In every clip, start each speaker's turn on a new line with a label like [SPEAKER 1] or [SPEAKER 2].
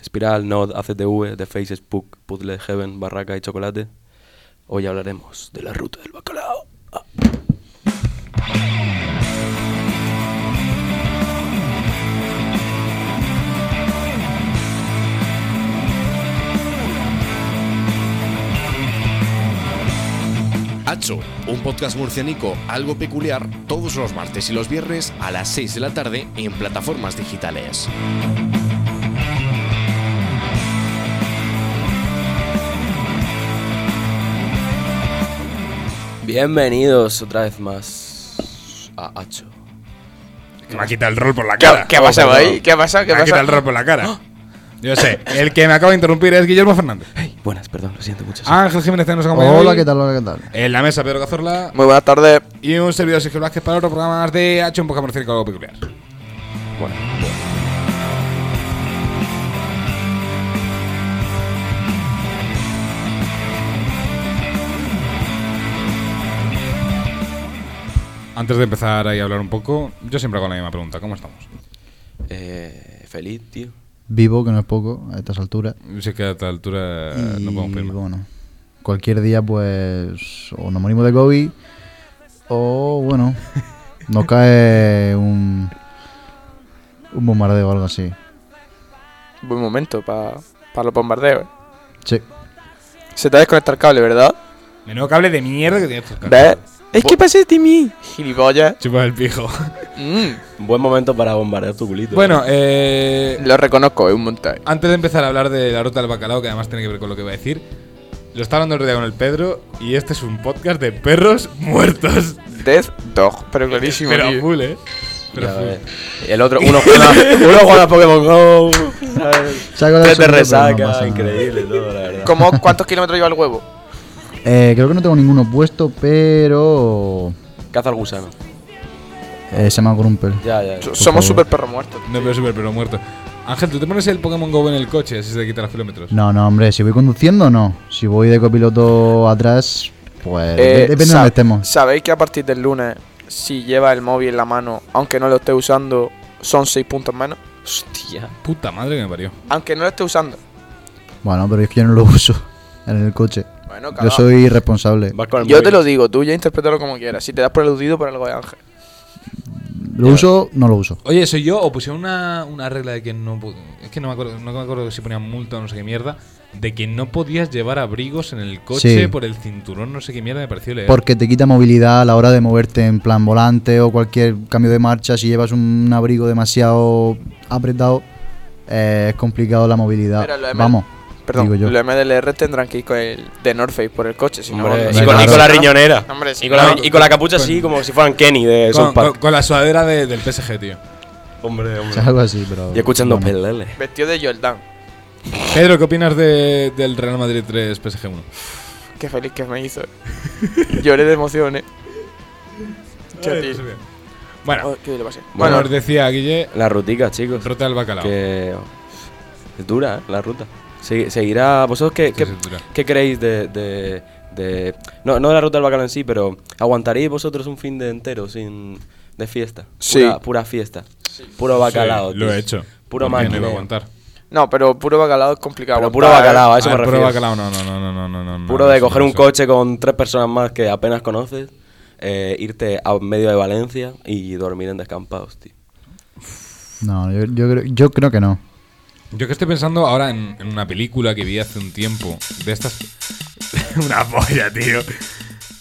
[SPEAKER 1] Espiral, Nod, ACTV, The Face, Spook, Puzzle, Heaven, Barraca y Chocolate. Hoy hablaremos de la ruta del bacalao. Ah.
[SPEAKER 2] Hacho, un podcast murcianico algo peculiar todos los martes y los viernes a las 6 de la tarde en plataformas digitales.
[SPEAKER 1] Bienvenidos otra vez más a Hacho.
[SPEAKER 3] Me ha quitado el rol por la
[SPEAKER 4] ¿Qué,
[SPEAKER 3] cara.
[SPEAKER 4] qué ha pasado
[SPEAKER 3] Oh, perdón.
[SPEAKER 4] ahí? ¿Qué ha pasado? ¿Qué
[SPEAKER 3] Me
[SPEAKER 4] ha
[SPEAKER 5] Ah,
[SPEAKER 3] ha quitado
[SPEAKER 4] pasado? ¿Ah?
[SPEAKER 3] el rol por la cara. Yo sé, el que me acaba de interrumpir es Guillermo Fernández.
[SPEAKER 1] Hey, buenas, perdón, lo siento mucho.
[SPEAKER 5] Ah.
[SPEAKER 3] Ángel Jiménez nos acompaña
[SPEAKER 5] Hola,
[SPEAKER 3] hoy.
[SPEAKER 5] ¿qué tal? Hola, ¿qué tal?
[SPEAKER 3] En la mesa Pedro Cazorla
[SPEAKER 4] Muy buenas tardes.
[SPEAKER 3] y un servidor Sergio Blázquez para otro programa más de H, un poco murcianico algo peculiar.
[SPEAKER 1] Bueno.
[SPEAKER 3] Antes de empezar ahí a hablar un poco, yo siempre hago la misma pregunta, ¿cómo estamos?
[SPEAKER 1] Eh, feliz, tío.
[SPEAKER 5] Vivo, que no es poco a estas alturas.
[SPEAKER 3] Sé que a esta altura
[SPEAKER 5] y
[SPEAKER 3] Eh, no podemos pedir más.
[SPEAKER 5] bueno, cualquier día pues o nos morimos de COVID o bueno, nos cae un, un bombardeo o algo así.
[SPEAKER 4] Buen momento para los bombardeos. eh.
[SPEAKER 5] Sí.
[SPEAKER 4] Se te ha desconectado el cable, ¿verdad?
[SPEAKER 3] Menudo cable de mierda que tiene estos
[SPEAKER 4] ¿Ves?
[SPEAKER 3] cables.
[SPEAKER 4] Es que pasé de mí. Gilipollas.
[SPEAKER 3] Chupa el pijo.
[SPEAKER 4] Mm,
[SPEAKER 1] Buen momento para bombardear tu culito.
[SPEAKER 3] Bueno, eh,
[SPEAKER 4] lo reconozco, es un montaje.
[SPEAKER 3] Antes de empezar a hablar de la ruta del bacalao, que además tiene que ver con lo que voy a decir, lo está hablando el otro día con el Pedro y este es un podcast de perros muertos.
[SPEAKER 4] Death Dog, pero clarísimo.
[SPEAKER 3] Pero a
[SPEAKER 4] tío.
[SPEAKER 3] full, ¿eh? Pero a
[SPEAKER 1] Ya
[SPEAKER 3] full.
[SPEAKER 1] ves. Y el otro, uno juega, uno juega a Pokémon Go. ¿sabes?
[SPEAKER 5] Saco
[SPEAKER 1] Tres de
[SPEAKER 5] asunto, pero no
[SPEAKER 1] resaca,
[SPEAKER 5] pasa nada.
[SPEAKER 1] increíble todo, la verdad.
[SPEAKER 4] ¿Cómo, ¿Cuántos kilómetros lleva el huevo?
[SPEAKER 5] Eh, creo que no tengo ninguno puesto, pero
[SPEAKER 1] Caza al gusano.
[SPEAKER 5] eh, se llama Grumpel.
[SPEAKER 1] Ya, ya. ya.
[SPEAKER 4] So- Somos
[SPEAKER 5] favor.
[SPEAKER 4] super perro muertos.
[SPEAKER 3] No, pero super perro muerto. Ángel, ¿tú te pones el Pokémon GO en el coche así se te quita los kilómetros?
[SPEAKER 5] No, no, hombre, si voy conduciendo no. Si voy de copiloto atrás, pues de-
[SPEAKER 4] Eh,
[SPEAKER 5] depende de
[SPEAKER 4] sab-
[SPEAKER 5] donde estemos.
[SPEAKER 4] Sabéis que a partir del lunes, si lleva el móvil en la mano, aunque no lo esté usando, son 6 puntos menos.
[SPEAKER 1] Hostia.
[SPEAKER 3] Puta madre que me parió.
[SPEAKER 4] Aunque no lo esté usando.
[SPEAKER 5] Bueno, pero es que yo no lo uso en el coche.
[SPEAKER 4] Bueno,
[SPEAKER 5] Yo
[SPEAKER 4] cagao.
[SPEAKER 5] soy irresponsable.
[SPEAKER 1] Vas con el
[SPEAKER 4] Yo
[SPEAKER 1] móvil.
[SPEAKER 4] te lo digo, tú ya interprétalo como quieras. Si te das por aludido por algo de Ángel.
[SPEAKER 5] ¿Lo uso? No lo uso.
[SPEAKER 3] Oye, ¿soy yo o pusieron una, una regla de que no... pu- Es que no me acuerdo, no me acuerdo si ponían multa o no sé qué mierda. De que no podías llevar abrigos en el coche
[SPEAKER 5] Sí.
[SPEAKER 3] por el cinturón, no sé qué mierda, me pareció leer.
[SPEAKER 5] Porque te quita movilidad a la hora de moverte en plan volante o cualquier cambio de marcha. Si llevas un abrigo demasiado apretado, eh, es complicado la movilidad.
[SPEAKER 4] Pero lo de Mel-
[SPEAKER 5] Vamos.
[SPEAKER 4] Perdón,
[SPEAKER 5] Digo yo.
[SPEAKER 4] los MDLR tendrán que ir con el de North Face por el coche, si no,
[SPEAKER 1] Hombre,
[SPEAKER 4] no.
[SPEAKER 1] y, con, y
[SPEAKER 5] claro.
[SPEAKER 1] con la riñonera.
[SPEAKER 4] Hombre, sí.
[SPEAKER 1] y, con la,
[SPEAKER 3] No,
[SPEAKER 1] y con la capucha
[SPEAKER 3] con-
[SPEAKER 1] así, como si fueran Kenny de
[SPEAKER 3] con,
[SPEAKER 1] South
[SPEAKER 3] con-
[SPEAKER 1] Park.
[SPEAKER 3] con la sudadera de- del PSG, tío.
[SPEAKER 1] Hombre,
[SPEAKER 5] O
[SPEAKER 1] hombre.
[SPEAKER 5] sea, algo así, pero.
[SPEAKER 1] Y escuchando
[SPEAKER 5] bueno.
[SPEAKER 1] peleles.
[SPEAKER 4] Vestido de Jordan.
[SPEAKER 3] Pedro, ¿qué opinas de- del Real Madrid 3 PSG 1?
[SPEAKER 4] Qué feliz que me hizo. Lloré de eh. emociones. Chatil.
[SPEAKER 3] Bueno,
[SPEAKER 4] Oh, ¿Qué le pasé?
[SPEAKER 3] bueno,
[SPEAKER 4] Bueno,
[SPEAKER 3] os decía Guille,
[SPEAKER 1] La rutica, chicos.
[SPEAKER 3] ruta del bacalao.
[SPEAKER 1] Que es dura, ¿eh? La ruta. Se- seguirá. ¿Vosotros qué,
[SPEAKER 3] Esta
[SPEAKER 1] qué-
[SPEAKER 3] es dura.
[SPEAKER 1] qué creéis de. de- de- no, no de la ruta del bacalao en sí, pero ¿aguantaríais vosotros un fin de entero sin de fiesta?
[SPEAKER 4] Sí.
[SPEAKER 1] Pura, pura fiesta. Puro bacalao.
[SPEAKER 3] Sí, lo
[SPEAKER 1] tío.
[SPEAKER 3] he hecho.
[SPEAKER 1] Puro
[SPEAKER 3] Porque No
[SPEAKER 1] maquineo.
[SPEAKER 3] iba a aguantar.
[SPEAKER 4] no, pero puro bacalao es complicado.
[SPEAKER 1] Pero puro
[SPEAKER 4] aguantar.
[SPEAKER 1] bacalao, a eso
[SPEAKER 3] Ah,
[SPEAKER 1] me
[SPEAKER 3] puro
[SPEAKER 1] refiero.
[SPEAKER 3] bacalao, no, no, no, no, no, no, no, no,
[SPEAKER 1] Puro
[SPEAKER 3] no,
[SPEAKER 1] de
[SPEAKER 3] sí,
[SPEAKER 1] coger
[SPEAKER 3] no
[SPEAKER 1] un
[SPEAKER 3] sé.
[SPEAKER 1] coche con tres personas más que apenas conoces, eh, irte a medio de Valencia y dormir en descampados, tío.
[SPEAKER 5] No, yo, yo creo, yo creo que no.
[SPEAKER 3] Yo que estoy pensando ahora en, en una película que vi hace un tiempo de estas. una polla, tío.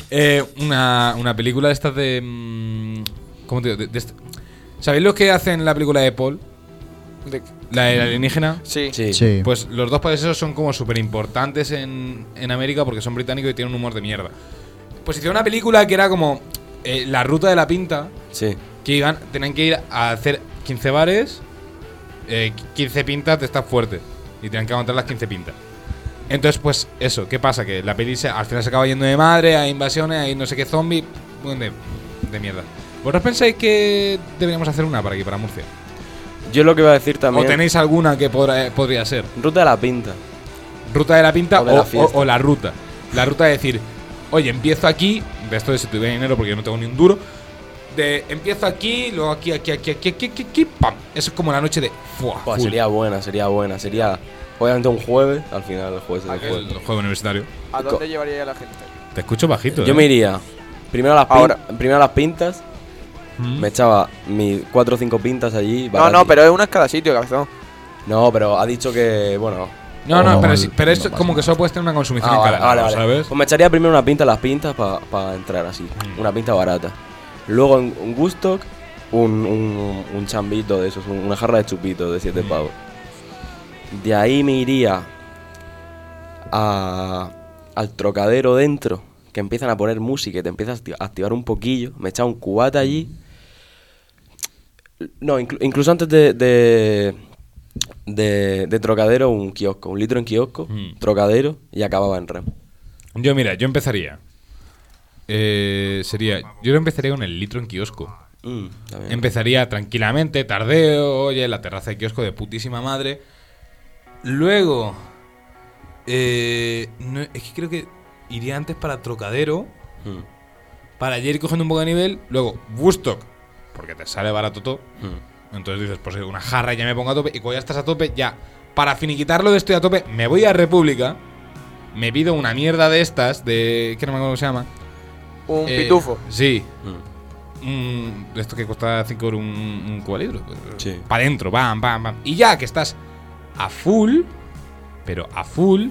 [SPEAKER 3] Eh, una, una película de estas de. mm, ¿Cómo te digo? De- de est- ¿Sabéis lo que hacen la película de Paul?
[SPEAKER 4] De-
[SPEAKER 3] La del alienígena.
[SPEAKER 4] Sí.
[SPEAKER 1] eh. Sí.
[SPEAKER 5] Sí.
[SPEAKER 3] Pues los dos países son como súper importantes en, en América porque son británicos y tienen un humor de mierda. Pues hicieron una película que era como eh, la ruta de la pinta,
[SPEAKER 1] Sí.
[SPEAKER 3] que iban, tenían que ir a hacer 15 bares, eh, 15 pintas de estar fuerte. Y tenían que aguantar las 15 pintas. Entonces, pues eso, ¿qué pasa? Que la peli se- al final se acaba yendo de madre, hay invasiones, hay no sé qué zombie, un de, de mierda. ¿Vosotros pensáis que deberíamos hacer una para aquí, para Murcia?
[SPEAKER 1] Yo lo que iba a decir también.
[SPEAKER 3] ¿O tenéis alguna que podrá- eh, podría ser?
[SPEAKER 1] Ruta de la pinta.
[SPEAKER 3] Ruta de la pinta
[SPEAKER 1] O
[SPEAKER 3] o,
[SPEAKER 1] de la
[SPEAKER 3] o-
[SPEAKER 1] fiesta.
[SPEAKER 3] o la ruta. La ruta de decir, oye, empiezo aquí, de esto de si tuviera dinero porque yo no tengo ni un duro, de empiezo aquí, luego aquí, aquí, aquí, aquí, aquí, aquí, aquí, pam. Eso es como la noche de. Fuah,
[SPEAKER 1] Buah,
[SPEAKER 3] full.
[SPEAKER 1] sería buena, sería buena. Sería obviamente un jueves, al final el jueves es el
[SPEAKER 3] Aquel
[SPEAKER 1] jueves.
[SPEAKER 3] juego universitario.
[SPEAKER 4] ¿A
[SPEAKER 1] Co-
[SPEAKER 4] dónde llevaría a la gente?
[SPEAKER 3] Te escucho bajito.
[SPEAKER 1] Yo
[SPEAKER 3] eh.
[SPEAKER 1] me iría primero a las, pin-
[SPEAKER 4] Ahora.
[SPEAKER 1] primero a las pintas,
[SPEAKER 3] Mm.
[SPEAKER 1] me echaba mis cuatro o cinco pintas allí.
[SPEAKER 4] No,
[SPEAKER 1] barato.
[SPEAKER 4] no, pero es una en cada sitio, cabezón.
[SPEAKER 1] No, pero ha dicho que, bueno.
[SPEAKER 3] No, no,
[SPEAKER 1] Oh,
[SPEAKER 5] No,
[SPEAKER 3] pero,
[SPEAKER 5] el-
[SPEAKER 3] sí- pero
[SPEAKER 5] no
[SPEAKER 3] esto
[SPEAKER 5] pasa
[SPEAKER 3] como que
[SPEAKER 5] nada.
[SPEAKER 3] solo puedes tener una consumición
[SPEAKER 1] Ah,
[SPEAKER 3] en
[SPEAKER 1] vale,
[SPEAKER 3] cada lado,
[SPEAKER 1] vale, vale.
[SPEAKER 3] ¿sabes?
[SPEAKER 1] Pues me echaría primero una pinta a las pintas para entrar así.
[SPEAKER 3] Mm.
[SPEAKER 1] Una pinta barata. Luego en- un Gustock, un, un, un chambito de esos, un- una jarra de chupitos de 7
[SPEAKER 3] Mm.
[SPEAKER 1] pavos. De ahí me iría a- al trocadero dentro, que empiezan a poner música y te empiezas a acti- a activar un poquillo. Me echaba un cubata allí. No, inclu- incluso antes de, de, de- de Trocadero, un kiosco. Un litro en kiosco,
[SPEAKER 3] Mm.
[SPEAKER 1] Trocadero y acababa en Rem.
[SPEAKER 3] Yo, mira, yo empezaría. Eh, sería. Yo lo empezaría con el litro en kiosco.
[SPEAKER 1] también.
[SPEAKER 3] Empezaría tranquilamente, tardeo, oye, la terraza de kiosco de putísima madre. Luego. eh, no, es que creo que iría antes para Trocadero.
[SPEAKER 1] Mm,
[SPEAKER 3] Para ya ir cogiendo un poco de nivel. Luego, Woodstock. Porque te sale barato todo.
[SPEAKER 1] mm.
[SPEAKER 4] Hmm.
[SPEAKER 3] Entonces dices, pues una jarra y ya me pongo a tope. Y cuando ya estás a tope, ya. Para finiquitarlo de estoy a tope, me voy a República. Me pido una mierda de estas, de. que no me acuerdo cómo se llama.
[SPEAKER 4] Un
[SPEAKER 3] Eh,
[SPEAKER 4] pitufo.
[SPEAKER 3] Sí.
[SPEAKER 1] Mm.
[SPEAKER 3] Un- de esto que cuesta 5 euros un, un pues, cubalitro.
[SPEAKER 1] Sí.
[SPEAKER 3] Para adentro, bam, bam, bam. Y ya que estás a full, pero a full,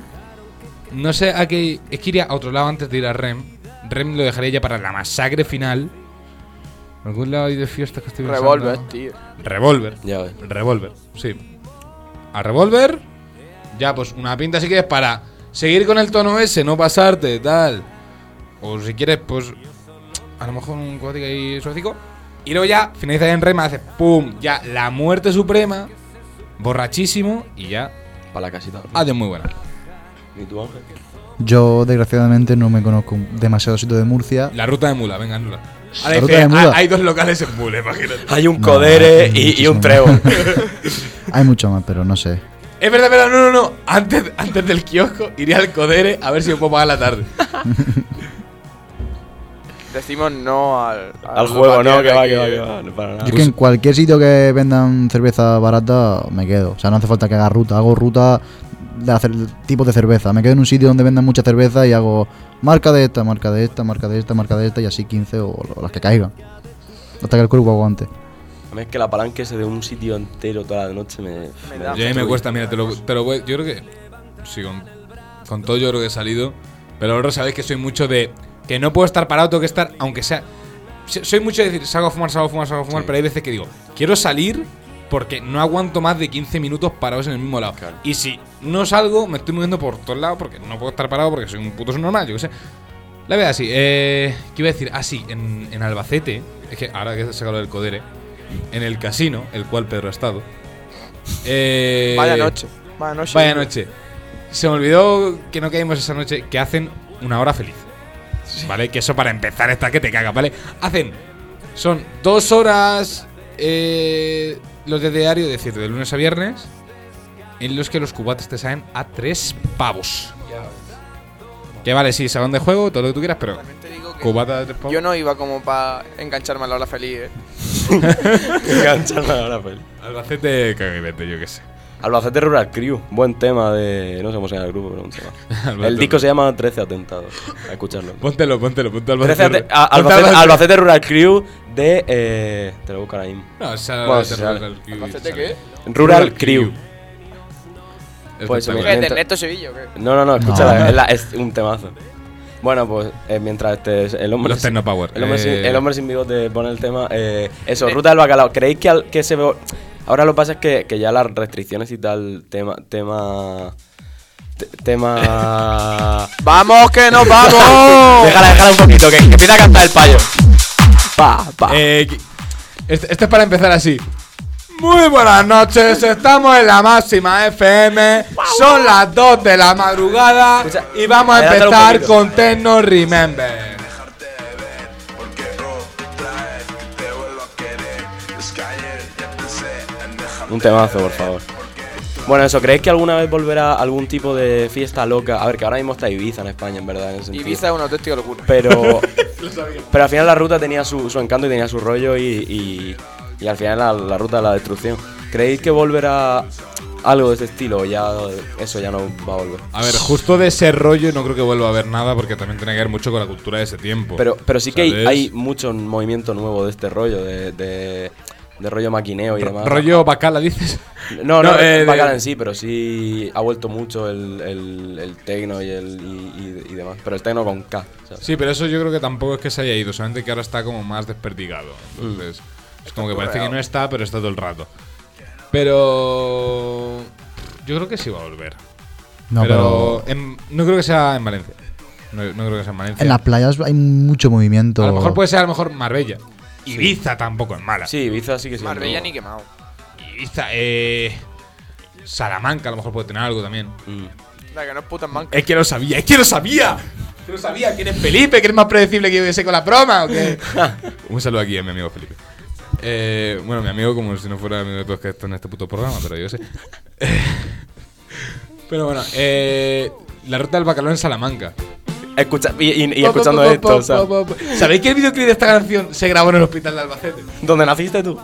[SPEAKER 3] no sé a qué. Es que iría a otro lado antes de ir a Rem. Rem lo dejaría ya para la masacre final. ¿Algún lado hay de fiesta que estoy pensando?
[SPEAKER 4] Revolver, tío.
[SPEAKER 3] Revolver.
[SPEAKER 1] Ya ves.
[SPEAKER 3] Revolver, sí. A Revolver, ya pues una pinta si quieres para seguir con el tono ese, no pasarte, tal. O si quieres, pues a lo mejor un cuático ahí suavecico. Y luego ya finaliza en rema, hace pum, ya la muerte suprema, borrachísimo y ya.
[SPEAKER 1] Para la casita.
[SPEAKER 3] Adiós, muy buena.
[SPEAKER 1] ¿Y tú, Ángel?
[SPEAKER 5] Yo, desgraciadamente, no me conozco demasiado sitio de Murcia.
[SPEAKER 3] La ruta de mula, venga, nula. Ahora
[SPEAKER 5] La ruta
[SPEAKER 3] dice,
[SPEAKER 5] de mula.
[SPEAKER 3] "Ah, hay dos locales en mula, imagínate.
[SPEAKER 1] Hay un
[SPEAKER 5] No,
[SPEAKER 1] codere
[SPEAKER 5] hay
[SPEAKER 1] y, y
[SPEAKER 5] muchísimo.
[SPEAKER 1] un trébol.
[SPEAKER 5] Hay mucho más, pero no sé.
[SPEAKER 3] Es verdad, pero no, no, no. Antes, antes del kiosco iría al codere a ver si me puedo pagar la tarde.
[SPEAKER 4] Decimos no al.
[SPEAKER 1] Al juego, no, que va, que va, que
[SPEAKER 4] va.
[SPEAKER 1] va. No para
[SPEAKER 5] Yo
[SPEAKER 1] nada.
[SPEAKER 5] es que en cualquier sitio que vendan cerveza barata me quedo. O sea, no hace falta que haga ruta. Hago ruta de hacer tipos de cerveza. Me quedo en un sitio donde vendan mucha cerveza y hago marca de esta, marca de esta, marca de esta, marca de esta y así 15 o, o las que caigan. Hasta que el cuerpo aguante.
[SPEAKER 1] A mí es que la palanque se de un sitio entero toda la noche me.
[SPEAKER 4] Me
[SPEAKER 3] Yo a
[SPEAKER 4] da.
[SPEAKER 3] mí me
[SPEAKER 1] destruye.
[SPEAKER 3] cuesta, mira, te lo, te lo voy. Yo creo que. Sí, con, con todo yo creo que he salido. Pero ahora sabéis que soy mucho de. Que no puedo estar parado, tengo que estar. Aunque sea. so- Soy mucho de decir, salgo a fumar, salgo a fumar, salgo a fumar. Pero hay veces que digo, quiero salir porque no aguanto más de 15 minutos parados en el mismo lado. Y si no salgo, me estoy moviendo por todos lados porque no puedo estar parado porque soy un puto normal, yo qué sé. La verdad, sí. Eh, ¿Qué iba a decir? Ah, sí, en, en Albacete. Es que ahora que se sacado lo del Codere. En el casino, el cual Pedro ha estado. eh,
[SPEAKER 4] Vaya noche. Vaya noche.
[SPEAKER 3] Vaya noche. Se me olvidó que no caímos esa noche, que hacen una hora feliz. ¿Vale? Que eso para empezar está que te cagas, ¿vale? Hacen. Son dos horas eh, los de diario, es decir, de lunes a viernes, en los que los cubates te salen a tres pavos. Que vale, sí, salón de juego, todo lo que tú quieras, pero
[SPEAKER 4] También te digo que
[SPEAKER 3] cubata de tres pavos.
[SPEAKER 4] Yo no iba como para engancharme a la hora feliz, eh.
[SPEAKER 1] Engancharme ahora, pues.
[SPEAKER 3] Albacete, cagavete, yo qué sé.
[SPEAKER 1] Albacete Rural Crew. Buen tema de. No sé cómo se llama el grupo, pero un tema.
[SPEAKER 3] Albacete
[SPEAKER 1] el disco
[SPEAKER 3] Rural.
[SPEAKER 1] se llama 13 Atentados. A escucharlo.
[SPEAKER 3] Póntelo, póntelo, ponte Albacete.
[SPEAKER 1] 13 ate- a-
[SPEAKER 3] Ponte
[SPEAKER 1] Albacete, Albacete Rural Crew de. Eh, te lo busco ahora mismo.
[SPEAKER 3] No, sale
[SPEAKER 1] Bueno,
[SPEAKER 3] Albacete
[SPEAKER 1] sale.
[SPEAKER 3] Rural Crew,
[SPEAKER 4] ¿Albacete
[SPEAKER 3] sale.
[SPEAKER 4] qué?
[SPEAKER 1] Rural Crew. Pues,
[SPEAKER 3] Espectacular.
[SPEAKER 4] ¿Qué
[SPEAKER 1] Mientras-
[SPEAKER 4] es del Neto Sevilla o qué?
[SPEAKER 1] No, no, no, escúchala,
[SPEAKER 5] No.
[SPEAKER 1] Es, la- es un temazo. Bueno, pues eh, mientras este es el hombre.
[SPEAKER 3] Los Technopower,
[SPEAKER 1] El hombre, sin,
[SPEAKER 3] eh.
[SPEAKER 1] el hombre sin bigote pone el tema. eh, eso, ruta del bacalao. ¿Creéis que, al- que se ve.? Ahora lo que pasa es que, que ya las restricciones y tal, tema. Tema. te- tema.
[SPEAKER 4] ¡Vamos, que nos vamos!
[SPEAKER 1] déjala, déjala un poquito, que, que empieza a cantar el payo. Pa, pa.
[SPEAKER 3] Eh, qui- este, este es para empezar así. Muy buenas noches, estamos en la máxima FM, son las 2 de la madrugada
[SPEAKER 1] Escucha,
[SPEAKER 3] y vamos a
[SPEAKER 1] adelántalo un
[SPEAKER 3] empezar
[SPEAKER 1] poquito.
[SPEAKER 3] con Techno Remember.
[SPEAKER 6] dejarte de ver Porque otra vez te vuelvo a querer Es que ayer ya pensé en dejar
[SPEAKER 1] un temazo, por favor.
[SPEAKER 6] Porque tú
[SPEAKER 1] Bueno, eso, ¿creéis que alguna vez volverá algún tipo de fiesta loca? A ver, que ahora mismo está Ibiza en España, en verdad. En ese sentido.
[SPEAKER 4] Ibiza es una auténtica locura.
[SPEAKER 1] Pero, pero al final la ruta tenía su, su encanto y tenía su rollo y, y, y al final la, la ruta de la destrucción. ¿Creéis que volverá algo de ese estilo? o Ya, eso ya no va a volver.
[SPEAKER 3] A ver, justo de ese rollo no creo que vuelva a haber nada porque también tiene que ver mucho con la cultura de ese tiempo.
[SPEAKER 1] Pero, pero sí que hay,
[SPEAKER 3] ¿Sabes?
[SPEAKER 1] hay mucho movimiento nuevo de este rollo, de, de, de rollo maquineo y demás.
[SPEAKER 3] rollo bacala, dices.
[SPEAKER 1] No, no,
[SPEAKER 3] No, eh,
[SPEAKER 1] es bacala
[SPEAKER 3] de-
[SPEAKER 1] en sí, pero sí ha vuelto mucho el, el, el tecno y, el, y, y- y demás. Pero el tecno con K. ¿sabes?
[SPEAKER 3] Sí, pero eso yo creo que tampoco es que se haya ido, solamente que ahora está como más desperdigado. Entonces, es como que parece que no está, pero está todo el rato. Pero yo creo que sí va a volver.
[SPEAKER 5] No,
[SPEAKER 3] pero
[SPEAKER 5] pero,
[SPEAKER 3] en- no creo que sea en Valencia. No, no creo que sea en Valencia.
[SPEAKER 5] en las playas hay mucho movimiento.
[SPEAKER 3] a lo mejor puede ser a lo mejor Marbella. Ibiza tampoco es mala.
[SPEAKER 1] Sí, Ibiza sí que sí.
[SPEAKER 4] Marbella ni quemado.
[SPEAKER 3] Ibiza, eh, Salamanca a lo mejor puede tener algo también.
[SPEAKER 4] La que no es puta manca.
[SPEAKER 3] Es que lo sabía, es que lo sabía. Que lo sabía, que eres Felipe, que eres más predecible que yo que sé con la broma o qué. Un saludo aquí a mi amigo Felipe. Eh, bueno, mi amigo, como si no fuera amigo de todos que están en este puto programa, pero yo sé. pero bueno, eh, la ruta del bacalao en Salamanca.
[SPEAKER 1] Escucha, y, y- y escuchando esto, o sea,
[SPEAKER 3] ¿Sabéis que el videoclip de esta canción se grabó en el hospital de Albacete?
[SPEAKER 1] ¿Dónde naciste tú?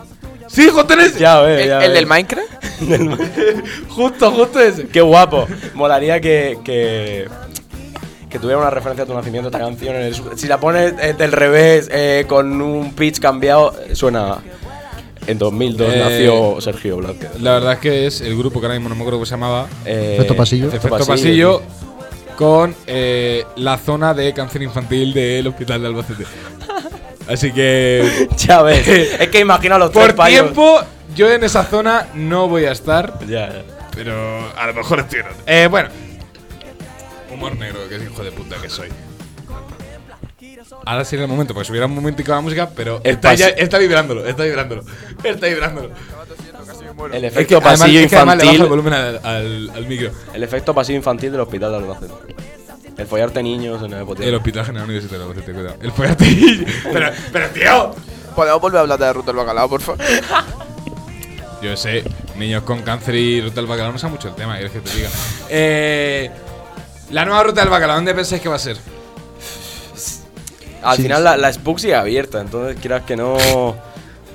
[SPEAKER 3] ¡Sí, justo en ese!
[SPEAKER 1] Ya ves,
[SPEAKER 4] ¿El,
[SPEAKER 1] ya
[SPEAKER 4] el
[SPEAKER 1] ves.
[SPEAKER 4] del Minecraft?
[SPEAKER 3] Justo, justo ese.
[SPEAKER 1] Qué guapo. Molaría que, que, que tuviera una referencia a tu nacimiento esta canción. en el su- si la pones eh, del revés, eh, con un pitch cambiado, eh, suena. En 2002
[SPEAKER 3] Eh,
[SPEAKER 1] nació Sergio Blanca.
[SPEAKER 3] La verdad es que es el grupo que ahora mismo no me acuerdo cómo se llamaba.
[SPEAKER 1] Eh,
[SPEAKER 5] Efecto pasillo.
[SPEAKER 3] Efecto pasillo con eh, la zona de cáncer infantil del hospital de Albacete. Así que
[SPEAKER 1] Ya ves. es que imagino a los tres
[SPEAKER 3] por
[SPEAKER 1] payos.
[SPEAKER 3] tiempo yo en esa zona no voy a estar,
[SPEAKER 1] Ya, ya.
[SPEAKER 3] pero a lo mejor estoy. en otra. Eh, bueno, humor negro que es hijo de puta que soy. Ahora sería el momento, porque si hubiera un momentico la música, pero
[SPEAKER 1] El
[SPEAKER 3] está,
[SPEAKER 1] pase-
[SPEAKER 3] ya- está vibrándolo, está vibrándolo, está vibrándolo.
[SPEAKER 1] El
[SPEAKER 3] Es
[SPEAKER 1] efecto
[SPEAKER 3] que además-
[SPEAKER 1] pasillo
[SPEAKER 3] es que además le bajo
[SPEAKER 1] infantil.
[SPEAKER 3] el volumen al, al- al micro.
[SPEAKER 1] El efecto pasillo infantil del hospital de Albacete. El follarte niños en el hipoteca.
[SPEAKER 3] El Hospital General Universitario de Albacete, cuidado. El follatillo. pero, pero, tío.
[SPEAKER 4] Podemos volver a hablar de la ruta del bacalao, por favor.
[SPEAKER 3] Yo sé, niños con cáncer y ruta del bacalao no sé mucho el tema, quieres que te diga. Eh, la nueva ruta del bacalao, ¿dónde pensáis que va a ser?
[SPEAKER 1] Al
[SPEAKER 5] Sí,
[SPEAKER 1] final
[SPEAKER 5] sí.
[SPEAKER 1] la, la Spook sigue abierta, entonces quieras que no.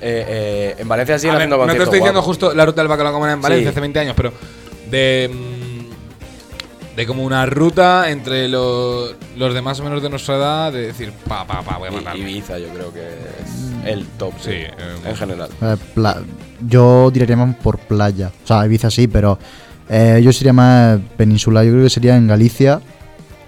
[SPEAKER 1] eh, eh, en Valencia siguen
[SPEAKER 3] A ver,
[SPEAKER 1] haciendo
[SPEAKER 3] no te
[SPEAKER 1] conciertos
[SPEAKER 3] estoy diciendo
[SPEAKER 1] guapos.
[SPEAKER 3] justo la ruta del bacalao como era en
[SPEAKER 1] Sí.
[SPEAKER 3] Valencia hace 20 años, pero de. mm, De como una ruta entre lo- los de más o menos de nuestra edad, de decir, pa, pa, pa, voy a
[SPEAKER 1] I-
[SPEAKER 3] matar.
[SPEAKER 1] Ibiza yo creo que es el top
[SPEAKER 3] Sí,
[SPEAKER 1] sí,
[SPEAKER 3] eh,
[SPEAKER 1] en general.
[SPEAKER 5] Eh, pla- yo tiraría más por playa. O sea, Ibiza sí, pero eh, yo sería más peninsular. Yo creo que sería en Galicia,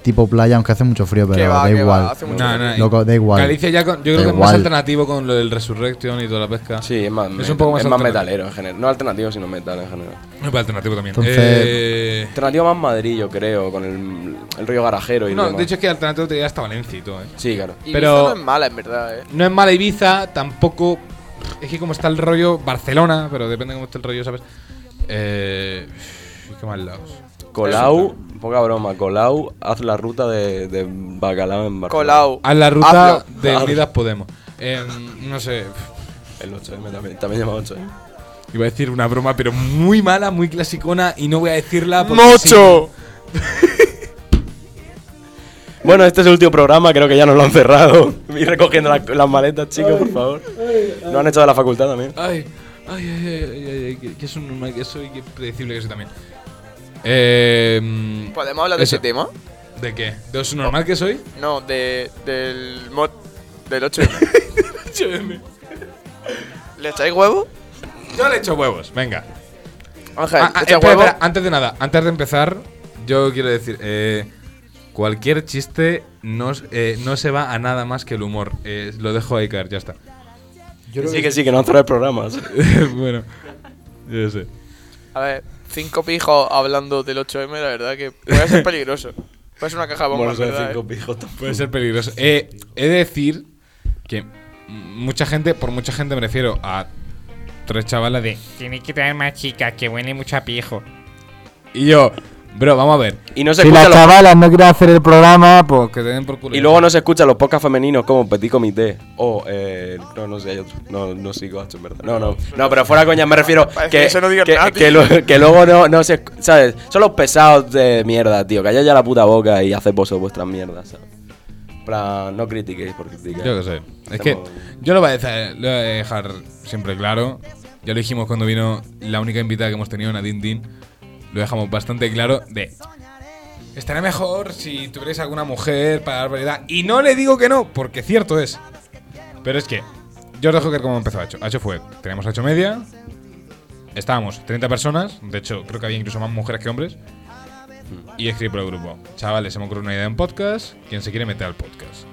[SPEAKER 5] tipo playa, aunque hace mucho frío, pero
[SPEAKER 4] Que va,
[SPEAKER 5] da
[SPEAKER 4] que
[SPEAKER 5] igual.
[SPEAKER 4] va. Hace mucho
[SPEAKER 3] No,
[SPEAKER 4] tiempo.
[SPEAKER 3] no,
[SPEAKER 5] Loco, da igual.
[SPEAKER 3] Galicia ya, con- yo creo
[SPEAKER 5] Da
[SPEAKER 3] que es más
[SPEAKER 5] igual.
[SPEAKER 3] alternativo con lo del Resurrection y toda la pesca.
[SPEAKER 1] Sí, es más,
[SPEAKER 3] Es un poco más
[SPEAKER 1] es más
[SPEAKER 3] alternativo.
[SPEAKER 1] metalero en general. No alternativo, sino metal en general.
[SPEAKER 3] No, para alternativo también.
[SPEAKER 5] Entonces-
[SPEAKER 3] Eh,
[SPEAKER 1] Alternativo más Madrid, yo creo, con el, el río Garajero y
[SPEAKER 3] no,
[SPEAKER 1] demás.
[SPEAKER 3] de hecho es que alternativo te llega hasta Valencia y todo, eh.
[SPEAKER 1] sí, claro.
[SPEAKER 4] Ibiza
[SPEAKER 3] Pero-
[SPEAKER 4] no es mala, en verdad, eh.
[SPEAKER 3] No es mala Ibiza, tampoco. Es que como está el rollo Barcelona, pero depende de cómo esté el rollo, ¿sabes? Eh. y ¿Qué más lados?
[SPEAKER 1] Colau, poca broma, Colau, haz la ruta de, de Bacalao en Barcelona.
[SPEAKER 4] Colau.
[SPEAKER 3] A la ruta
[SPEAKER 4] Hazlo.
[SPEAKER 3] de Unidas Podemos. Eh, no sé.
[SPEAKER 1] El 8M también, también llamado 8M.
[SPEAKER 3] Iba a decir una broma, pero muy mala, muy clasicona, y no voy a
[SPEAKER 1] Ah,
[SPEAKER 3] decirla. porque
[SPEAKER 4] ¡Mocho!
[SPEAKER 1] Bueno, este es el último programa, creo que ya nos lo han cerrado. Y recogiendo las- las maletas, chicos, por favor. Lo han hecho de la facultad también.
[SPEAKER 3] sí. Ay, ay, ay, ay, ay, ay, que, que es un normal que soy, que predecible que soy también. Eh. mm,
[SPEAKER 4] ¿Podemos hablar de
[SPEAKER 3] Eso.
[SPEAKER 4] ese tema?
[SPEAKER 3] ¿De qué? ¿De lo normal que soy?
[SPEAKER 4] No, de, del mod del 8. ¿Le echáis huevo?
[SPEAKER 3] Yo le echo huevos, venga.
[SPEAKER 4] Ángel,
[SPEAKER 3] Ah, ah,
[SPEAKER 4] ¿le echas
[SPEAKER 3] espera,
[SPEAKER 4] huevo?
[SPEAKER 3] espera, antes de nada, antes de empezar, yo quiero decir, eh, cualquier chiste no, s- eh, no se va a nada más que el humor. Eh, lo dejo ahí caer, ya está.
[SPEAKER 1] Sí, que sí, que no han cerrado el programa. sí.
[SPEAKER 3] bueno, yo sé.
[SPEAKER 4] A ver, cinco pijos hablando del 8M, la verdad que puede ser peligroso. Puede ser una caja de
[SPEAKER 1] Bueno,
[SPEAKER 4] bombas,
[SPEAKER 1] son
[SPEAKER 4] ¿verdad?
[SPEAKER 1] cinco
[SPEAKER 4] eh?
[SPEAKER 1] pijos tampoco.
[SPEAKER 3] Puede ser peligroso. Eh, he de decir que m- mucha gente, por mucha gente me refiero a tres chavalas de...
[SPEAKER 7] Tiene que traer más chicas, que huele mucho a pijo.
[SPEAKER 3] Y yo, Bro, vamos a ver.
[SPEAKER 1] Y no se
[SPEAKER 7] Si
[SPEAKER 1] escucha
[SPEAKER 7] las
[SPEAKER 1] los-
[SPEAKER 7] chavalas no quieren hacer el programa, pues.
[SPEAKER 3] Que te den por culo.
[SPEAKER 1] y luego no se escuchan los podcasts femeninos como Petit Comité o eh, no no sé hay otro no no sigo esto en verdad no no no pero fuera coña me refiero
[SPEAKER 4] Parece
[SPEAKER 1] que
[SPEAKER 4] que eso no diga
[SPEAKER 1] que,
[SPEAKER 4] nada,
[SPEAKER 1] que
[SPEAKER 4] tío.
[SPEAKER 1] lo- que luego no, no se escu- sabes son los pesados de mierda tío calla ya la puta boca y haced vosotros vuestras mierdas ¿sabes? En plan, no critiquéis por criticar
[SPEAKER 3] Yo qué sé. Es que
[SPEAKER 1] Estamos-
[SPEAKER 3] yo lo voy, a dejar, lo voy a dejar siempre claro. Ya lo dijimos cuando vino la única invitada que hemos tenido, Nadine Dean. Lo dejamos bastante claro de... Estaría mejor si tuvierais alguna mujer para dar variedad. Y no le digo que no, porque cierto es. Pero es que... Yo os dejo que como empezó Hacho. Hacho fue... Teníamos Hacho media. Estábamos 30 personas. De hecho, creo que había incluso más mujeres que hombres. Y escribí por el grupo. Chavales, se me ocurrió una idea en podcast. ¿Quién se quiere meter al podcast?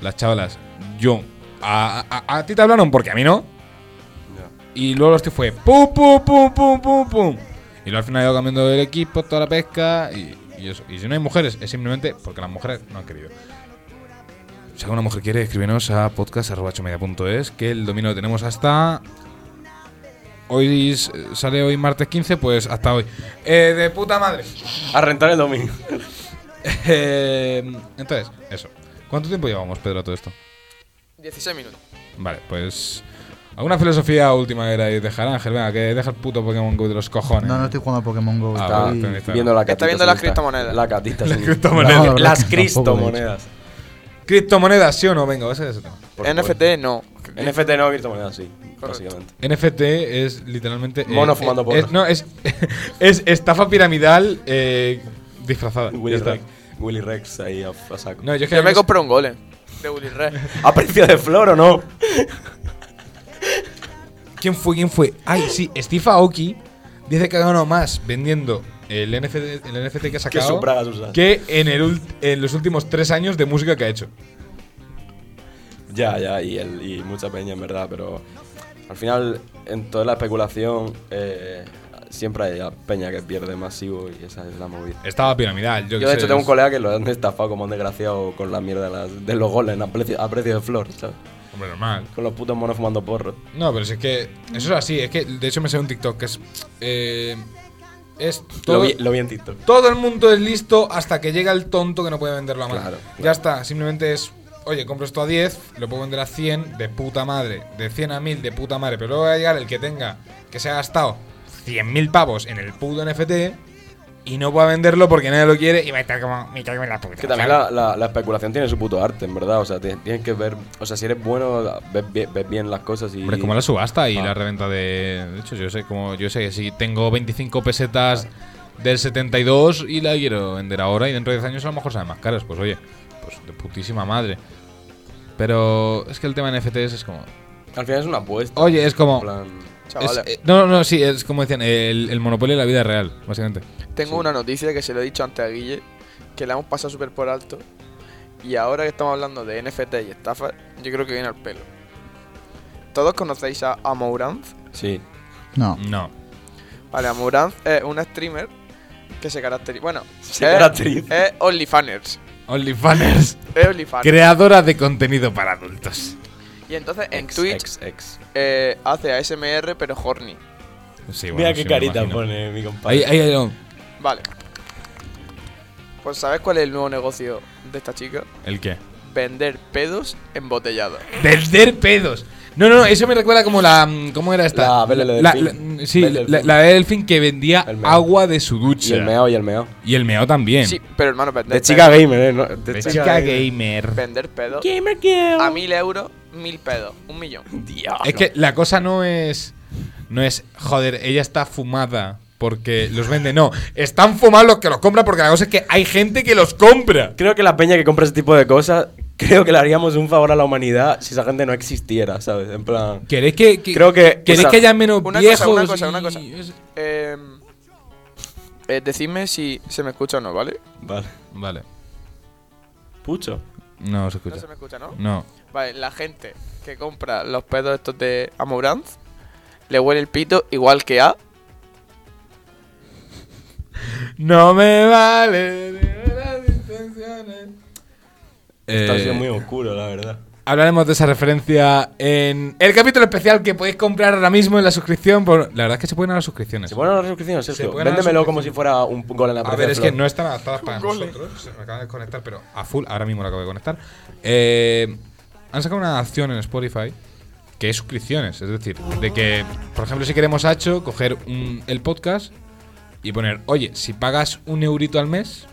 [SPEAKER 3] las chavalas, yo. A, a- a ti te hablaron porque a mí no. Y luego los que fue pum, pum, pum, pum, pum, pum. Y luego al final ha ido cambiando el equipo, toda la pesca y, y eso. Y si no hay mujeres, es simplemente porque las mujeres no han querido. Si alguna mujer quiere, escríbenos a podcast.chomedia.es, que el dominio lo tenemos hasta. Hoy s- sale hoy martes 15, pues hasta hoy. Eh, de puta madre.
[SPEAKER 1] a rentar el domingo
[SPEAKER 3] Eh, entonces, eso. ¿Cuánto tiempo llevamos, Pedro, a todo esto?
[SPEAKER 4] 16 eh. minutos.
[SPEAKER 3] Vale, pues. ¿Alguna filosofía última era y dejar Ángel? Venga, que deja el puto Pokémon Go de los cojones.
[SPEAKER 5] No, no estoy jugando a Pokémon Go.
[SPEAKER 3] Ah,
[SPEAKER 5] estoy-
[SPEAKER 1] Ah,
[SPEAKER 3] vale, tenéis-
[SPEAKER 1] estoy viendo la
[SPEAKER 4] Está
[SPEAKER 1] catita
[SPEAKER 4] viendo las
[SPEAKER 1] solita.
[SPEAKER 4] criptomonedas.
[SPEAKER 1] la catita
[SPEAKER 3] Las
[SPEAKER 1] solita.
[SPEAKER 5] No,
[SPEAKER 3] criptomonedas.
[SPEAKER 5] la verdad
[SPEAKER 1] las
[SPEAKER 5] es que tampoco, de hecho.
[SPEAKER 1] criptomonedas
[SPEAKER 3] Criptomonedas, sí o no, venga, vas a ese tema.
[SPEAKER 1] por
[SPEAKER 4] NFT no.
[SPEAKER 1] supuesto. NFT no criptomonedas sí básicamente
[SPEAKER 3] NFT es literalmente. eh,
[SPEAKER 1] Mono fumando
[SPEAKER 3] eh,
[SPEAKER 1] porro.
[SPEAKER 3] es- no, es, es estafa piramidal eh, disfrazada.
[SPEAKER 1] Willy
[SPEAKER 3] Ya está.
[SPEAKER 1] Rex Willy Rex ahí a, a saco
[SPEAKER 3] No, yo es que.
[SPEAKER 4] Yo me compré un golem. De Willy Red.
[SPEAKER 1] a precio de flor o no
[SPEAKER 3] ¿Quién fue? ¿Quién fue? Ay, sí, Steve Aoki dice que ha ganado más vendiendo el NFT, el NFT que ha
[SPEAKER 1] que
[SPEAKER 3] sacado
[SPEAKER 1] su bragas usas
[SPEAKER 3] que en, el ult- en los últimos tres años de música que ha hecho.
[SPEAKER 1] Ya, ya, y, el, y mucha peña en verdad, pero al final en toda la especulación eh, siempre hay la peña que pierde masivo y esa es la movida.
[SPEAKER 3] Estaba piramidal. Yo,
[SPEAKER 1] Yo
[SPEAKER 3] qué
[SPEAKER 1] de
[SPEAKER 3] sé,
[SPEAKER 1] hecho tengo un
[SPEAKER 3] es-
[SPEAKER 1] colega que lo han estafado como un desgraciado con la mierda de, las- de los goles a precio, a precio de flor, ¿sabes?
[SPEAKER 3] Hombre, normal.
[SPEAKER 1] Con los putos monos fumando porros.
[SPEAKER 3] No, pero si es que. Eso es así. Es que de hecho me salió un TikTok que es. eh, es
[SPEAKER 1] Lo
[SPEAKER 3] todo,
[SPEAKER 1] vi, lo vi en TikTok.
[SPEAKER 3] todo el mundo es listo hasta que llega el tonto que no puede venderlo a más.
[SPEAKER 1] Claro,
[SPEAKER 3] Ya
[SPEAKER 1] claro.
[SPEAKER 3] está. Simplemente es. Oye, compro esto a 10, lo puedo vender a 100, de puta madre. De 100 a 1000, de puta madre. Pero luego va a llegar el que tenga. Que se ha gastado 100.000 pavos en el puto NFT. Y no pueda venderlo porque nadie lo quiere. Y va a estar como. Me cago en la puta.
[SPEAKER 1] Es que también
[SPEAKER 3] ¿sabes?
[SPEAKER 1] la, la- la especulación tiene su puto arte, en verdad. O sea, ti- tienes que ver. O sea, si eres bueno, ves, bien- ves bien las cosas y.
[SPEAKER 3] Hombre, es como la subasta y
[SPEAKER 1] Ah.
[SPEAKER 3] la reventa de. De hecho, yo sé como yo sé que si tengo 25 pesetas del 72 y la quiero vender ahora y dentro de 10 años a lo mejor salen más caras, pues oye, pues de putísima madre. Pero es que el tema de NFTs es como.
[SPEAKER 1] Al final es una apuesta.
[SPEAKER 3] Oye, es
[SPEAKER 1] En
[SPEAKER 3] como.
[SPEAKER 1] plan.
[SPEAKER 3] es-
[SPEAKER 4] Chavales,
[SPEAKER 3] eh, no, no, sí, es como decían, el, el monopolio de la vida real, básicamente.
[SPEAKER 4] tengo una noticia que se lo he dicho antes a Guille, que la hemos pasado súper por alto. Y ahora que estamos hablando de NFT y estafas, yo creo que viene al pelo. ¿Todos conocéis a Amouranz?
[SPEAKER 1] Sí.
[SPEAKER 5] No.
[SPEAKER 3] No.
[SPEAKER 4] Vale, Amouranz es una streamer que se caracteriza... Bueno,
[SPEAKER 1] Se
[SPEAKER 4] es-
[SPEAKER 1] caracteriza.
[SPEAKER 4] es OnlyFanners.
[SPEAKER 3] OnlyFanners,
[SPEAKER 4] Es OnlyFanners.
[SPEAKER 3] creadora de contenido para adultos.
[SPEAKER 4] y entonces en
[SPEAKER 1] Ex,
[SPEAKER 4] Twitch
[SPEAKER 1] ex, ex.
[SPEAKER 4] eh, hace ASMR pero horny.
[SPEAKER 3] Sí, bueno,
[SPEAKER 1] Mira
[SPEAKER 3] sí,
[SPEAKER 1] qué
[SPEAKER 3] me
[SPEAKER 1] carita
[SPEAKER 3] imagino.
[SPEAKER 1] pone mi compadre.
[SPEAKER 3] Ahí, ahí, ahí, no.
[SPEAKER 4] Vale. Pues ¿sabes cuál es el nuevo negocio de esta chica?
[SPEAKER 3] ¿El qué?
[SPEAKER 4] Vender pedos embotellados.
[SPEAKER 3] Vender pedos. No, no, no, eso me recuerda como la. mm, ¿Cómo era esta?
[SPEAKER 1] La Belle Delfín.
[SPEAKER 3] la- Sí,
[SPEAKER 1] Belle
[SPEAKER 3] la,
[SPEAKER 1] Delfín.
[SPEAKER 3] la Belle Delfín que vendía
[SPEAKER 1] El meo.
[SPEAKER 3] agua de su
[SPEAKER 1] Y
[SPEAKER 3] ducha.
[SPEAKER 1] el meo, y el meo.
[SPEAKER 3] Y el meo también.
[SPEAKER 4] Sí, pero hermano, vender
[SPEAKER 1] De
[SPEAKER 4] pedos-
[SPEAKER 1] chica gamer, eh. ¿no? De,
[SPEAKER 3] De
[SPEAKER 1] chica,
[SPEAKER 3] chica
[SPEAKER 1] gamer.
[SPEAKER 3] gamer.
[SPEAKER 4] Vender pedos
[SPEAKER 1] Gamer girl.
[SPEAKER 4] a mil euros, mil pedos, un millón.
[SPEAKER 3] Es que la cosa no es. No es, joder, ella está fumada porque los vende. No, están fumados los que los compran porque la cosa es que hay gente que los compra.
[SPEAKER 1] Creo que la peña que compra ese tipo de cosas, creo que le haríamos un favor a la humanidad si esa gente no existiera, ¿sabes? En plan.
[SPEAKER 3] ¿Queréis que, que-
[SPEAKER 1] Creo que-
[SPEAKER 3] ¿Queréis
[SPEAKER 1] esa-
[SPEAKER 3] que haya menos
[SPEAKER 4] Una cosa,
[SPEAKER 3] viejos?
[SPEAKER 4] una cosa,
[SPEAKER 3] y-
[SPEAKER 4] una cosa. Eh, eh, decidme si se me escucha o no, ¿vale?
[SPEAKER 1] Vale.
[SPEAKER 3] Vale.
[SPEAKER 1] Pucho.
[SPEAKER 3] No se escucha.
[SPEAKER 4] No se me escucha, ¿no?
[SPEAKER 3] No.
[SPEAKER 4] Vale, la gente que compra los pedos estos de Amouranz le huele el pito igual que a
[SPEAKER 3] No me vale de las intenciones.
[SPEAKER 1] Está
[SPEAKER 3] Eh,
[SPEAKER 1] Eh, siendo muy oscuro, la verdad.
[SPEAKER 3] Hablaremos de esa referencia en el capítulo especial que podéis comprar ahora mismo en la suscripción. por- La verdad es que se pueden a las suscripciones.
[SPEAKER 1] ¿Se ponen las suscripciones,
[SPEAKER 3] Se
[SPEAKER 1] Sergio?
[SPEAKER 3] ponen las
[SPEAKER 1] Véndemelo como
[SPEAKER 3] suscripciones.
[SPEAKER 1] si fuera un gol en la
[SPEAKER 3] A
[SPEAKER 1] primera
[SPEAKER 3] ver, es que
[SPEAKER 1] flor.
[SPEAKER 3] no están adaptadas para nosotros. Se me acaba de desconectar, pero a full, ahora mismo lo acabo de conectar. Eh, han sacado una acción en Spotify que es suscripciones. Es decir, de que, por ejemplo, si queremos a Hacho, coger un- el podcast y poner, oye, si pagas un eurito al mes,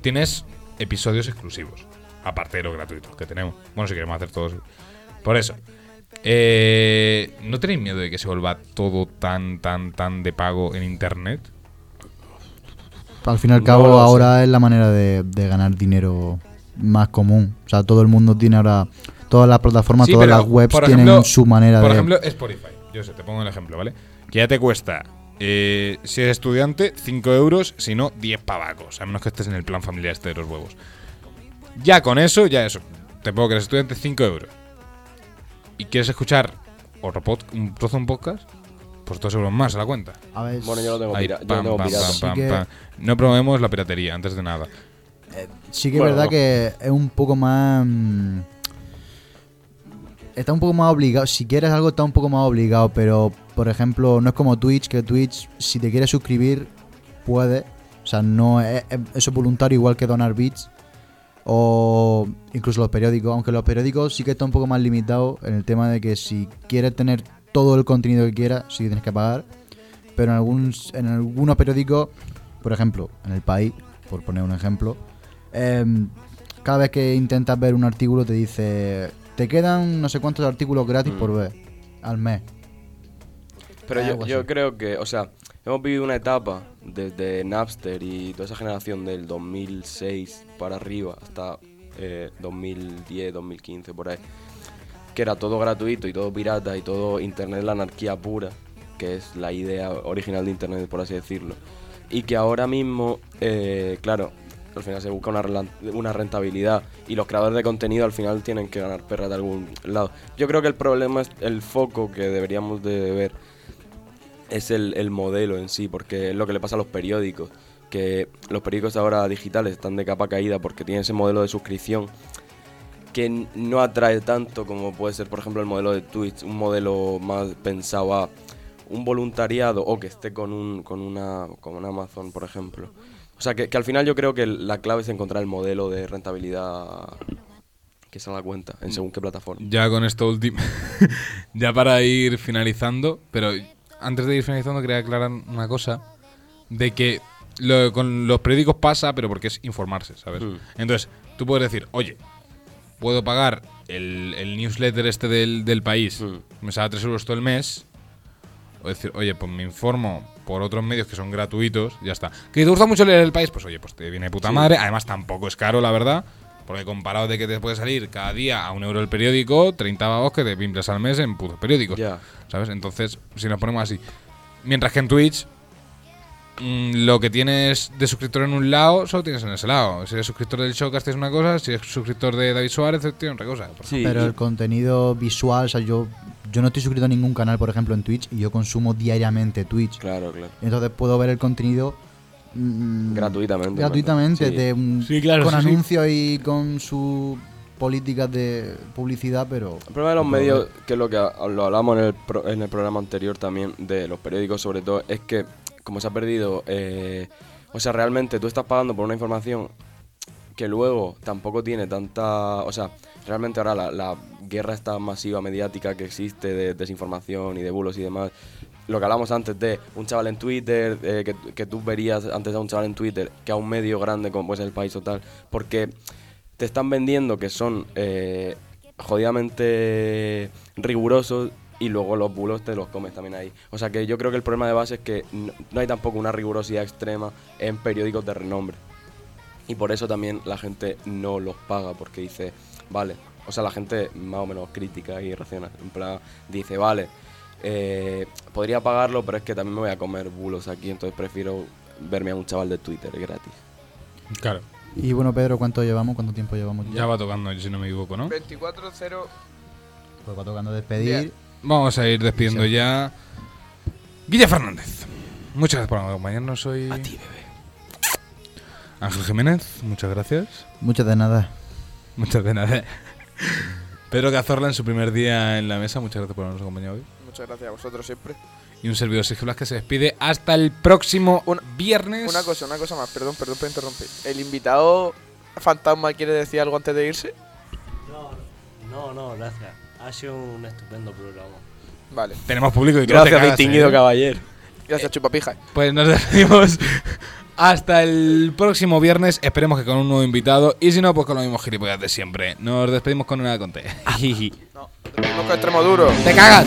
[SPEAKER 3] tienes episodios exclusivos. Aparte de los gratuitos que tenemos. Bueno, si queremos hacer todos. Por eso. eh, ¿No tenéis miedo de que se vuelva todo tan, tan, tan de pago en internet?
[SPEAKER 5] Al fin y al
[SPEAKER 1] No
[SPEAKER 5] cabo,
[SPEAKER 1] lo sé.
[SPEAKER 5] ahora es la manera de, de ganar dinero más común. O sea, todo el mundo tiene ahora. Todas las plataformas,
[SPEAKER 3] Sí,
[SPEAKER 5] todas
[SPEAKER 3] pero,
[SPEAKER 5] las webs
[SPEAKER 3] por
[SPEAKER 5] tienen
[SPEAKER 3] ejemplo-
[SPEAKER 5] su manera
[SPEAKER 3] Por
[SPEAKER 5] de.
[SPEAKER 3] ejemplo, Spotify. Yo sé, te pongo el ejemplo, ¿vale? Que ya te cuesta, eh, si eres estudiante, 5 euros, si no, 10 pavacos. A menos que estés en el plan familiar este de los huevos. Ya con eso, ya eso. Te pongo que eres estudiante, 5 euros. Y quieres escuchar otro pod- un trozo de un podcast, pues 2 euros más a la cuenta.
[SPEAKER 5] a ver,
[SPEAKER 1] Bueno, yo lo tengo,
[SPEAKER 3] Ahí,
[SPEAKER 1] pira- yo lo
[SPEAKER 3] pam,
[SPEAKER 1] tengo
[SPEAKER 3] pam,
[SPEAKER 1] pirata.
[SPEAKER 3] pam, pam,
[SPEAKER 5] Así que-
[SPEAKER 3] pam. No promovemos la piratería antes de nada.
[SPEAKER 5] sí que
[SPEAKER 1] Bueno,
[SPEAKER 5] es verdad
[SPEAKER 1] no.
[SPEAKER 5] que es un poco más. mm, Está un poco más obligado. Si quieres algo, está un poco más obligado. Pero, por ejemplo, no es como Twitch, que Twitch, si te quieres suscribir, puedes. O sea, no es, es- eso es voluntario, igual que donar bits. O incluso los periódicos. Aunque los periódicos sí que está un poco más limitado en el tema de que si quieres tener todo el contenido que quieras, sí que tienes que pagar. Pero en, algún, en algunos periódicos, por ejemplo, en El País, por poner un ejemplo, em, cada vez que intentas ver un artículo te dice, te quedan no sé cuántos artículos gratis por
[SPEAKER 1] Mm.
[SPEAKER 5] ver al mes.
[SPEAKER 1] Pero yo,
[SPEAKER 5] Algo
[SPEAKER 1] yo
[SPEAKER 5] así.
[SPEAKER 1] creo que, o sea, hemos vivido una etapa desde Napster y toda esa generación del 2006 para arriba hasta eh, 2010, 2015, por ahí, que era todo gratuito y todo pirata y todo internet, la anarquía pura, que es la idea original de internet, por así decirlo. Y que ahora mismo, eh, claro, al final se busca una, relan- una rentabilidad y los creadores de contenido al final tienen que ganar perra de algún lado. Yo creo que el problema es el foco que deberíamos de ver es el, el modelo en sí, porque es lo que le pasa a los periódicos, que los periódicos ahora digitales están de capa caída porque tienen ese modelo de suscripción que n- no atrae tanto como puede ser, por ejemplo, el modelo de Twitch, un modelo más pensado a un voluntariado o que esté con un, con una, con un Amazon, por ejemplo. O sea, que, que al final yo creo que la clave es encontrar el modelo de rentabilidad que se da cuenta en según qué plataforma.
[SPEAKER 3] Ya con esto último. ya para ir finalizando, pero antes de ir finalizando quería aclarar una cosa de que lo- con los periódicos pasa, pero porque es informarse, ¿sabes?
[SPEAKER 1] Mm.
[SPEAKER 3] Entonces, tú puedes decir, oye, puedo pagar el, el newsletter este del, del país,
[SPEAKER 1] Mm.
[SPEAKER 3] me sale 3 euros todo el mes, o decir, oye, pues me informo por otros medios que son gratuitos, ya está. ¿Que te gusta mucho leer el país? Pues oye, pues te viene de puta madre. Además, tampoco es caro, la verdad. Porque comparado de que te puede salir cada día a un euro el periódico, 30 babos que te pimplas al mes en putos periódicos.
[SPEAKER 1] Ya.
[SPEAKER 3] ¿Sabes? Entonces, si nos ponemos así. Mientras que en Twitch, mm, lo que tienes de suscriptor en un lado, solo tienes en ese lado. Si eres suscriptor del Showcast, tienes una cosa. Si eres suscriptor de David Suárez, tienes otra cosa. por
[SPEAKER 1] Sí,
[SPEAKER 5] Pero
[SPEAKER 1] y-
[SPEAKER 5] el contenido visual, o sea, yo, yo no estoy suscrito a ningún canal, por ejemplo, en Twitch, y yo consumo diariamente Twitch.
[SPEAKER 1] claro, claro.
[SPEAKER 5] Entonces puedo ver el contenido mm,
[SPEAKER 1] Gratuitamente.
[SPEAKER 5] gratuitamente,
[SPEAKER 1] sí.
[SPEAKER 5] de un-
[SPEAKER 3] Sí, claro,
[SPEAKER 5] con
[SPEAKER 3] sí, sí.
[SPEAKER 5] anuncios y con sus políticas de publicidad, pero...
[SPEAKER 1] El problema de los
[SPEAKER 5] Lo puedo
[SPEAKER 1] medios, que es lo que ha- lo hablamos en el, pro- en el programa anterior también, de los periódicos sobre todo, es que como se ha perdido, eh, o sea, realmente tú estás pagando por una información que luego tampoco tiene tanta, o sea, realmente ahora la, la guerra esta masiva mediática que existe de desinformación y de bulos y demás, lo que hablamos antes de un chaval en Twitter, eh, que, que tú verías antes a un chaval en Twitter que a un medio grande como puede ser el país o tal, porque te están vendiendo que son eh, jodidamente rigurosos y luego los bulos te los comes también ahí. O sea que yo creo que el problema de base es que no, no hay tampoco una rigurosidad extrema en periódicos de renombre. Y por eso también la gente no los paga, porque dice, vale, o sea, la gente más o menos crítica y racional, en plan, dice, vale, eh, podría pagarlo, pero es que también me voy a comer bulos aquí, entonces prefiero verme a un chaval de Twitter gratis.
[SPEAKER 3] ejemplo. Claro.
[SPEAKER 5] Y bueno, Pedro, ¿cuánto llevamos? ¿Cuánto tiempo llevamos?
[SPEAKER 3] Ya va tocando, si no me equivoco, ¿no?
[SPEAKER 4] 24-0.
[SPEAKER 5] Pues va tocando despedir.
[SPEAKER 4] Bien.
[SPEAKER 3] Vamos a ir despidiendo
[SPEAKER 5] Sí.
[SPEAKER 3] ya. Guille Fernández. Muchas gracias por acompañarnos hoy. A ti, bebé. Ángel Jiménez, muchas gracias.
[SPEAKER 5] Muchas de nada.
[SPEAKER 3] Muchas de nada. Pedro Cazorla en su primer día en la mesa. Muchas gracias por habernos acompañado hoy.
[SPEAKER 4] Muchas gracias a vosotros siempre.
[SPEAKER 3] Y un servidor Sergio Blas que se despide hasta el próximo
[SPEAKER 4] Una-
[SPEAKER 3] viernes.
[SPEAKER 4] Una cosa, una cosa más, perdón, perdón por interrumpir. ¿El invitado fantasma quiere decir algo antes de irse?
[SPEAKER 8] No, no, no, gracias. Ha sido un estupendo programa.
[SPEAKER 4] Vale,
[SPEAKER 3] Tenemos público y tú no te
[SPEAKER 1] Gracias,
[SPEAKER 3] cagas,
[SPEAKER 1] distinguido
[SPEAKER 3] ¿eh?
[SPEAKER 1] caballero.
[SPEAKER 4] gracias, chupapija.
[SPEAKER 3] Pues nos despedimos hasta el próximo viernes. Esperemos que con un nuevo invitado. Y si no, pues con los mismos gilipollas de siempre. Nos despedimos con una conte.
[SPEAKER 4] No, nos vemos con extremo duro.
[SPEAKER 3] ¡Te cagas!